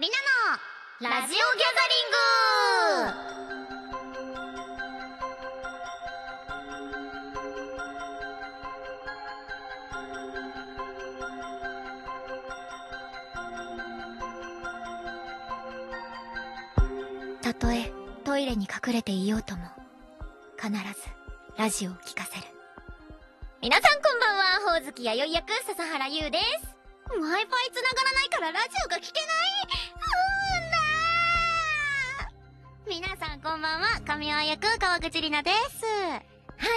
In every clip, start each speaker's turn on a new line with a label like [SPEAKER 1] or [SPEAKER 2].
[SPEAKER 1] みんなのラジオギャザリングたとえトイレに隠れていようとも必ずラジオを聞かせる皆さんこんばんはほおずき弥生役笹原優です w i f i つながらないからラジオが聞けないうんだー皆さんこんばんは神尾役川口里奈ですは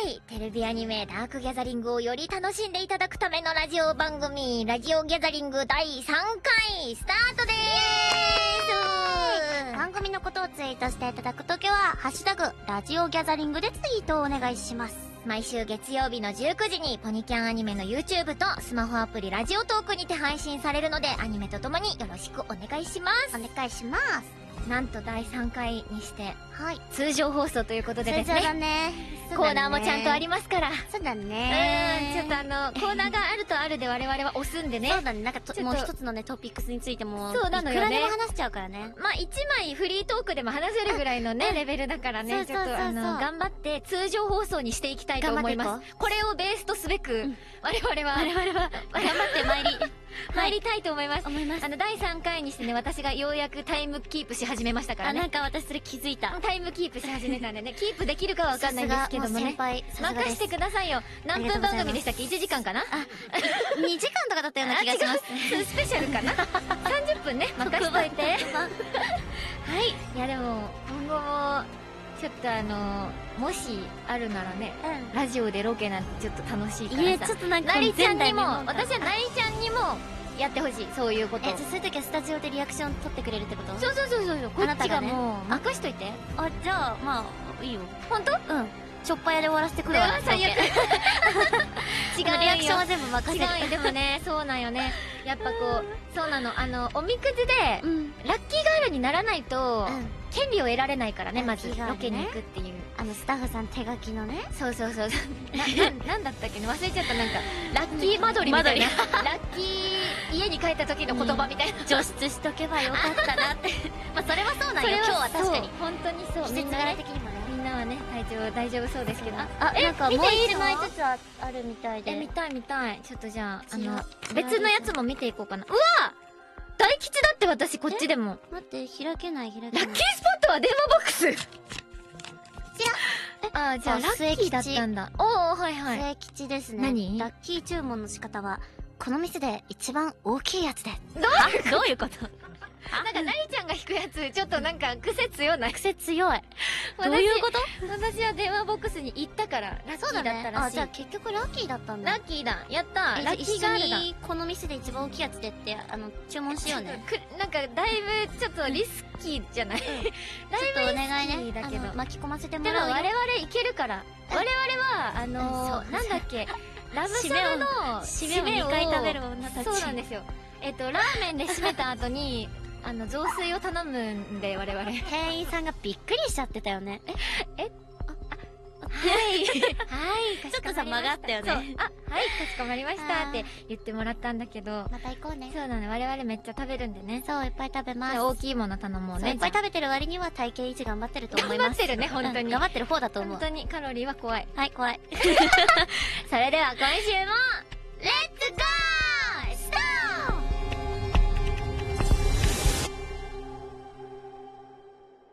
[SPEAKER 1] いテレビアニメ「ダークギャザリング」をより楽しんでいただくためのラジオ番組「ラジオギャザリング」第3回スタートでーす番組のことをツイートしていただくときは「ハッシュタグラジオギャザリング」でツイートをお願いします毎週月曜日の19時にポニキャンアニメの YouTube とスマホアプリラジオトークにて配信されるのでアニメとともによろしくお願いしますお願いしますなんと第3回にして、はい、通常放送ということでですね
[SPEAKER 2] ね
[SPEAKER 1] コーナーもちゃんとあり
[SPEAKER 2] ま
[SPEAKER 1] ますから
[SPEAKER 2] すそうだ
[SPEAKER 1] うん
[SPEAKER 2] ね
[SPEAKER 1] ちょっとあのコーナーがあるとあるで我々は押すんでね
[SPEAKER 2] そうだねなんかと
[SPEAKER 1] ちょっと
[SPEAKER 2] もう一つのねトピックスについても
[SPEAKER 1] そうなの
[SPEAKER 2] い
[SPEAKER 1] よね
[SPEAKER 2] くらでも話しちゃうからね
[SPEAKER 1] まあ1枚フリートークでも話せるぐらいのねレベルだから
[SPEAKER 2] そ
[SPEAKER 1] ね
[SPEAKER 2] う
[SPEAKER 1] ち
[SPEAKER 2] そ
[SPEAKER 1] ょ
[SPEAKER 2] う
[SPEAKER 1] っ
[SPEAKER 2] そうそう
[SPEAKER 1] とあの頑張って通常放送にしていきたいと思い
[SPEAKER 2] 頑張
[SPEAKER 1] ま
[SPEAKER 2] っ
[SPEAKER 1] すこれをベースとすべく
[SPEAKER 2] ん
[SPEAKER 1] 我々は
[SPEAKER 2] 我々は頑張って参り
[SPEAKER 1] 参りたいと思います
[SPEAKER 2] 思います
[SPEAKER 1] あの第3回にしてね私がようやくタイムキープし始めましたから
[SPEAKER 2] あな
[SPEAKER 1] ね
[SPEAKER 2] んか私それ気づいた
[SPEAKER 1] タイムキープし始めたんでねキープできるかは分かんないんですけど
[SPEAKER 2] さ
[SPEAKER 1] も
[SPEAKER 2] すがう
[SPEAKER 1] ね
[SPEAKER 2] 先輩さすが
[SPEAKER 1] 任
[SPEAKER 2] で
[SPEAKER 1] せて
[SPEAKER 2] す
[SPEAKER 1] くださいよ何分番組でしたっけ1時間かな
[SPEAKER 2] 2時間とかだったような気がします
[SPEAKER 1] あ違うスペシャルかな30分 ね任せといてはいいやでも今後もちょっとあのもしあるならねラジオでロケなんてちょっと楽しいから
[SPEAKER 2] い
[SPEAKER 1] さ
[SPEAKER 2] やちょっとなんか
[SPEAKER 1] なりちゃんに
[SPEAKER 2] 前
[SPEAKER 1] も
[SPEAKER 2] 代未聞
[SPEAKER 1] 私はなりちゃんにもやってほしいそういうこと
[SPEAKER 2] えじゃあそういう時はスタジオでリアクション取ってくれるってこと
[SPEAKER 1] そうそうそうそうそうこ
[SPEAKER 2] あな
[SPEAKER 1] っち
[SPEAKER 2] た
[SPEAKER 1] が
[SPEAKER 2] がね
[SPEAKER 1] もう任しといて
[SPEAKER 2] あじゃあまあいいよ
[SPEAKER 1] 本当
[SPEAKER 2] うんちょっぱやで終わらせてくるわ
[SPEAKER 1] うわ最悪 違
[SPEAKER 2] 違う
[SPEAKER 1] うよ
[SPEAKER 2] リアクションは全部任せ
[SPEAKER 1] 違う
[SPEAKER 2] る
[SPEAKER 1] よでもね そうなんよねやっぱこうそうなのあのおみくじで
[SPEAKER 2] うん
[SPEAKER 1] ラッキーガールにならないと、
[SPEAKER 2] うん
[SPEAKER 1] 権利を得られないからねまず
[SPEAKER 2] ラッキーガー
[SPEAKER 1] ロ
[SPEAKER 2] ル
[SPEAKER 1] ケ
[SPEAKER 2] ね
[SPEAKER 1] に行くっていう
[SPEAKER 2] あのスタッフさん手書きのね
[SPEAKER 1] そうそうそうなななんだったっけね忘れちゃった なんかラッキー間取りみたいな ラッキー家に帰った時の言葉みたいな、
[SPEAKER 2] 除湿しとけばよかったな ってまあそれはそうなん
[SPEAKER 1] そ
[SPEAKER 2] よ
[SPEAKER 1] れ
[SPEAKER 2] 今日は確かに
[SPEAKER 1] そう本当にそう
[SPEAKER 2] 季
[SPEAKER 1] み
[SPEAKER 2] 節
[SPEAKER 1] んな
[SPEAKER 2] 柄
[SPEAKER 1] ね
[SPEAKER 2] 的にもね
[SPEAKER 1] みんなはね体調大丈夫そうですけど
[SPEAKER 2] あなんかもう
[SPEAKER 1] 見ていい
[SPEAKER 2] 一
[SPEAKER 1] の
[SPEAKER 2] 枚ずつああるみたいで
[SPEAKER 1] え見たい見たいちょっとじゃああ
[SPEAKER 2] 違う
[SPEAKER 1] の
[SPEAKER 2] 違う
[SPEAKER 1] 別のやつも見ていこうかなうわ大吉だって私こっちでも
[SPEAKER 2] 待って開けない開け
[SPEAKER 1] ラ
[SPEAKER 2] な
[SPEAKER 1] ッ
[SPEAKER 2] い
[SPEAKER 1] キースポットは電話ボックス違うあーじゃあ
[SPEAKER 2] あ
[SPEAKER 1] ラッキーだったんだおーおーはいはい
[SPEAKER 2] 末吉ですね
[SPEAKER 1] 何
[SPEAKER 2] ラッキー注文の仕方はこの店で一番大きいやつで
[SPEAKER 1] どういう
[SPEAKER 2] どういうこと
[SPEAKER 1] なんか、なりちゃんが引くやつ、ちょっとなんか、癖強ない
[SPEAKER 2] 癖強い
[SPEAKER 1] 私
[SPEAKER 2] どういうこと
[SPEAKER 1] 私は電話ボックスに行ったから、ラッキ
[SPEAKER 2] そう
[SPEAKER 1] ーだ
[SPEAKER 2] だ
[SPEAKER 1] っ
[SPEAKER 2] ね
[SPEAKER 1] たら
[SPEAKER 2] あ
[SPEAKER 1] しい。
[SPEAKER 2] じゃあ結局ラッキーだったんだ
[SPEAKER 1] ラッキーだ。やった。
[SPEAKER 2] え
[SPEAKER 1] ラッキーガールだ
[SPEAKER 2] 一緒。にこの店で一番大きいやつでってあの注文しよう ね
[SPEAKER 1] くなんか、だいぶ、ちょっとリスキーじゃない、 だいぶ
[SPEAKER 2] ちょっとお願い
[SPEAKER 1] リスキ
[SPEAKER 2] ね
[SPEAKER 1] ーだけど。
[SPEAKER 2] あの巻き込ませても
[SPEAKER 1] でも、
[SPEAKER 2] らう
[SPEAKER 1] 我
[SPEAKER 2] よ
[SPEAKER 1] 々いけるから。我々は、あの
[SPEAKER 2] うんそう
[SPEAKER 1] なんだっ け、ラブシャルの
[SPEAKER 2] 締めを2回食べる女たち
[SPEAKER 1] そうなんですよ。えっと、ラーメンで締めた後に、 あの、雑炊を頼むんで、我 々。
[SPEAKER 2] 店員さんがびっくりしちゃってたよね
[SPEAKER 1] はい。はい。
[SPEAKER 2] ちょっとさ間があったよね
[SPEAKER 1] そうあ、はい、かしこまりました
[SPEAKER 2] あー
[SPEAKER 1] って言ってもらったんだけ ど。
[SPEAKER 2] また行こうね
[SPEAKER 1] そうなの、我々めっちゃ食べるんでね。
[SPEAKER 2] そういっぱい食べます
[SPEAKER 1] 大きいもの頼もう
[SPEAKER 2] そうい
[SPEAKER 1] ね
[SPEAKER 2] っ。ぱい食べてる割には体型維持頑張ってると思い
[SPEAKER 1] 頑張
[SPEAKER 2] ま
[SPEAKER 1] っ
[SPEAKER 2] す
[SPEAKER 1] てるね、本当
[SPEAKER 2] うん
[SPEAKER 1] に。
[SPEAKER 2] 頑張ってる方だと思
[SPEAKER 1] 本
[SPEAKER 2] う
[SPEAKER 1] 当にカロリーは怖い。
[SPEAKER 2] はい怖い
[SPEAKER 1] それでは今週も、